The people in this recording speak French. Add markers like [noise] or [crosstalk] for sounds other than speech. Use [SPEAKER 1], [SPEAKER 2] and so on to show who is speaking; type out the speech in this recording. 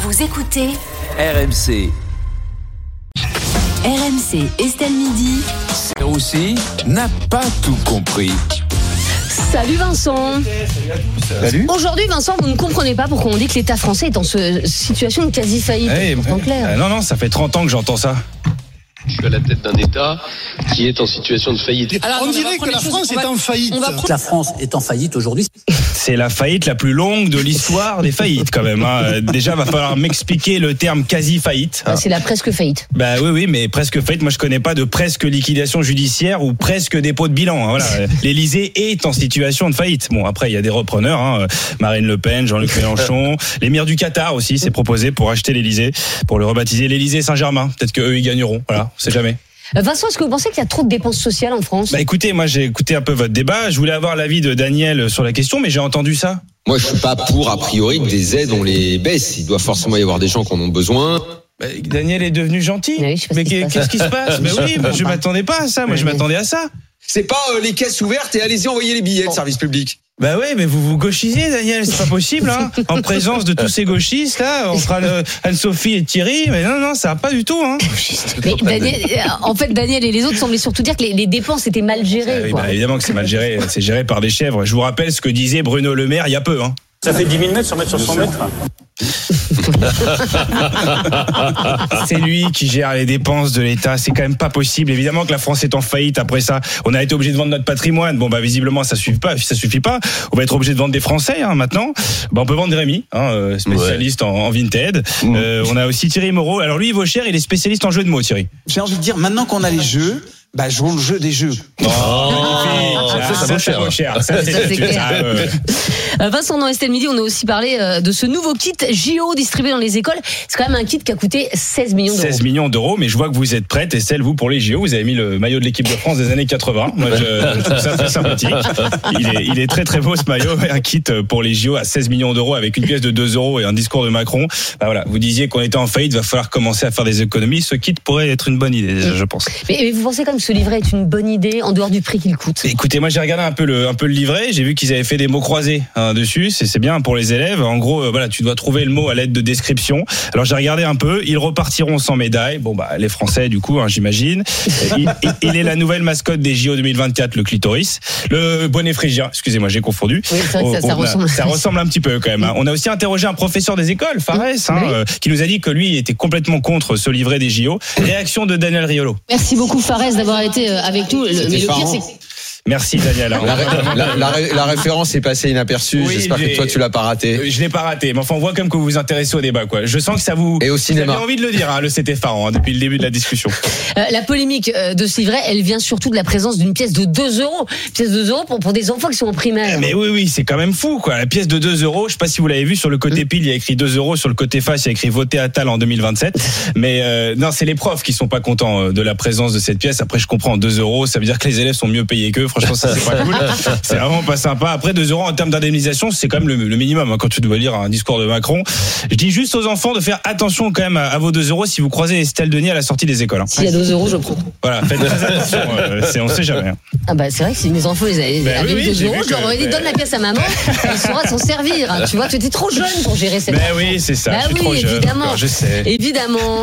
[SPEAKER 1] Vous écoutez
[SPEAKER 2] RMC.
[SPEAKER 1] RMC Estelle Midi.
[SPEAKER 2] Aussi n'a pas tout compris.
[SPEAKER 3] Salut Vincent.
[SPEAKER 4] Salut.
[SPEAKER 3] Aujourd'hui, Vincent, vous ne comprenez pas pourquoi on dit que l'État français est en ce- situation de quasi faillite.
[SPEAKER 4] Eh,
[SPEAKER 3] Pourtant,
[SPEAKER 4] bah, ah,
[SPEAKER 3] clair.
[SPEAKER 4] non, non, ça fait 30 ans que j'entends ça.
[SPEAKER 5] Je suis à la tête d'un État qui est en situation de faillite.
[SPEAKER 6] on dirait que la France est en faillite.
[SPEAKER 2] La France est en faillite aujourd'hui.
[SPEAKER 4] C'est la faillite la plus longue de l'histoire des faillites, quand même. hein. Euh, Déjà, va falloir m'expliquer le terme quasi faillite.
[SPEAKER 3] Ah, C'est la presque faillite.
[SPEAKER 4] Bah oui, oui, mais presque faillite. Moi, je connais pas de presque liquidation judiciaire ou presque dépôt de bilan. hein, Voilà.
[SPEAKER 3] [laughs]
[SPEAKER 4] L'Élysée est en situation de faillite. Bon, après, il y a des repreneurs. hein, euh, Marine Le Pen, Jean-Luc
[SPEAKER 3] [laughs]
[SPEAKER 4] Mélenchon, l'émir du Qatar aussi s'est proposé pour acheter l'Élysée, pour le rebaptiser l'Élysée Saint-Germain. Peut-être que eux, ils gagneront. Voilà, on sait jamais.
[SPEAKER 3] Euh, Vincent, est-ce que vous pensez qu'il y a trop de dépenses sociales en France
[SPEAKER 4] Bah écoutez, moi j'ai écouté un peu votre débat. Je voulais avoir l'avis de Daniel sur la question, mais j'ai entendu ça.
[SPEAKER 7] Moi, je suis pas pour, a priori, que des aides, on les baisse. Il doit forcément y avoir des gens qui en ont besoin.
[SPEAKER 4] Bah, Daniel est devenu gentil.
[SPEAKER 3] Oui, je sais pas
[SPEAKER 4] mais
[SPEAKER 3] ce qui se
[SPEAKER 4] qu'est-
[SPEAKER 3] passe.
[SPEAKER 4] qu'est-ce qui se passe Mais oui, mais je m'attendais pas à ça. Moi, je m'attendais à ça.
[SPEAKER 7] C'est pas euh, les caisses ouvertes et allez-y envoyer les billets de service public.
[SPEAKER 4] Bah ouais, mais vous vous gauchisez, Daniel. C'est pas
[SPEAKER 3] [laughs]
[SPEAKER 4] possible. Hein. En présence de tous ces gauchistes là, on fera le Anne-Sophie et Thierry. Mais non, non, ça va pas du tout. Hein.
[SPEAKER 3] Mais Daniel- euh, En fait, Daniel et les autres semblaient surtout dire que les, les dépenses étaient mal
[SPEAKER 4] Ah
[SPEAKER 3] gérées.
[SPEAKER 4] oui,
[SPEAKER 3] quoi.
[SPEAKER 4] bah, évidemment que c'est mal géré. C'est géré par des chèvres. Je vous rappelle ce que disait Bruno Le Maire il y a peu. Hein.
[SPEAKER 8] Ça fait 10 000 mètres, 100 mètres sur 100 mètres.
[SPEAKER 4] [laughs] C'est lui qui gère les dépenses de l'État. C'est quand même pas possible. Évidemment que la France est en faillite après ça. On a été obligé de vendre notre patrimoine. Bon, bah, visiblement, ça suffit pas. Ça suffit pas. On va être obligé de vendre des Français, hein, maintenant. Bah, on peut vendre Rémi, hein, euh, spécialiste en, en Vinted. Euh, on a aussi Thierry Moreau. Alors, lui, il vaut cher. Il est spécialiste en jeu de mots, Thierry.
[SPEAKER 6] J'ai envie de dire, maintenant qu'on a les jeux, bah jouons le jeu des jeux.
[SPEAKER 4] Oh, ça, Ah, ça vaut cher. Ça,
[SPEAKER 3] Ça, c'est
[SPEAKER 4] tu-
[SPEAKER 3] clair.
[SPEAKER 4] ah, ouais.
[SPEAKER 3] Euh, Vincent, dans Estelle Midi, on a aussi parlé euh, de ce nouveau kit JO distribué dans les écoles. C'est quand même un kit qui a coûté 16 millions d'euros.
[SPEAKER 4] 16 millions d'euros, mais je vois que vous êtes prête. Et celle, vous, pour les JO, vous avez mis le maillot de l'équipe de France des années 80. Moi, je, je trouve ça très sympathique. Il est, il est très, très beau, ce maillot. Un kit pour les JO à 16 millions d'euros avec une pièce de 2 euros et un discours de Macron. Bah voilà, vous disiez qu'on était en faillite, va falloir commencer à faire des économies. Ce kit pourrait être une bonne idée, je pense.
[SPEAKER 3] Mais, mais vous pensez quand même que ce livret est une bonne idée en dehors du prix qu'il coûte
[SPEAKER 4] Écoutez, moi j'ai regardé un peu le, un peu le livret, j'ai vu qu'ils avaient fait des mots croisés hein, dessus, c'est c'est bien pour les élèves. En gros, euh, voilà, tu dois trouver le mot à l'aide de description. Alors j'ai regardé un peu, ils repartiront sans médaille. Bon bah les Français du coup, hein, j'imagine. Il, il- il est la nouvelle mascotte des JO 2024, le clitoris, le bonnet phrygien. Excusez-moi, j'ai confondu.
[SPEAKER 3] Oui, c'est vrai que ça- ça
[SPEAKER 4] On a-
[SPEAKER 3] ressemble.
[SPEAKER 4] ça ressemble un petit peu quand même. hein. On a aussi interrogé un professeur des écoles, Fares, hein,
[SPEAKER 3] Oui.
[SPEAKER 4] euh, qui nous a dit que lui était complètement contre ce livret des JO. Réaction de Daniel Riolo.
[SPEAKER 3] Merci beaucoup Fares d'avoir été euh, avec nous. Le- mais le pire,
[SPEAKER 7] effarant.
[SPEAKER 3] c'est
[SPEAKER 4] Merci Daniel. Alors,
[SPEAKER 7] La, ré- la- la ré- la référence est passée inaperçue.
[SPEAKER 4] Oui,
[SPEAKER 7] J'espère
[SPEAKER 4] j'ai-
[SPEAKER 7] que toi, tu l'as pas raté.
[SPEAKER 4] Euh, Je l'ai pas raté, mais enfin on voit comme que vous vous intéressez au débat quoi. Je sens que ça vous
[SPEAKER 7] Et au cinéma.
[SPEAKER 4] J'avais envie de le dire, hein, le c'était effarant hein, depuis le début de la discussion.
[SPEAKER 3] que euh, la polémique euh, de ce livret, elle vient surtout de la présence d'une pièce de 2 euros. Pièce de 2 euros pour, pour des enfants qui sont en primaire.
[SPEAKER 4] Mais oui oui, c'est quand même fou quoi. La pièce de 2 euros, je sais pas si vous l'avez vu sur le côté pile, il y a écrit 2 euros, sur le côté face il y a écrit voter à Tal en 2027. Mais euh, non, c'est les profs qui sont pas contents euh, de la présence de cette pièce. Après je comprends 2 euros, ça veut dire que les élèves sont mieux payés qu'eux. Franchement ça c'est pas cool, c'est vraiment pas sympa. Après 2 euros en termes d'indemnisation, c'est quand même le, le minimum hein, quand tu dois lire un discours de Macron. Je dis juste aux enfants de faire attention quand même à, à vos 2 euros si vous croisez Estelle Denis à la sortie des écoles. hein.
[SPEAKER 3] S'il y a 2 euros, je prends.
[SPEAKER 4] Voilà, faites très attention, euh, c'est- on sait jamais. hein.
[SPEAKER 3] Ah bah c'est vrai que si mes enfants ils avaient,
[SPEAKER 4] Bah
[SPEAKER 3] avaient
[SPEAKER 4] oui, oui,
[SPEAKER 3] 2
[SPEAKER 4] j'ai
[SPEAKER 3] euros,
[SPEAKER 4] vu
[SPEAKER 3] je leur
[SPEAKER 4] que- bah.
[SPEAKER 3] aurais dit
[SPEAKER 4] mais-
[SPEAKER 3] donne la pièce à maman, elle saura s'en hein. servir. Tu vois, tu étais trop jeune pour gérer cette.
[SPEAKER 4] Mais oui, c'est ça.
[SPEAKER 3] Bah
[SPEAKER 4] je suis
[SPEAKER 3] oui,
[SPEAKER 4] trop jeune
[SPEAKER 3] évidemment.
[SPEAKER 4] encore, je sais.
[SPEAKER 3] Évidemment.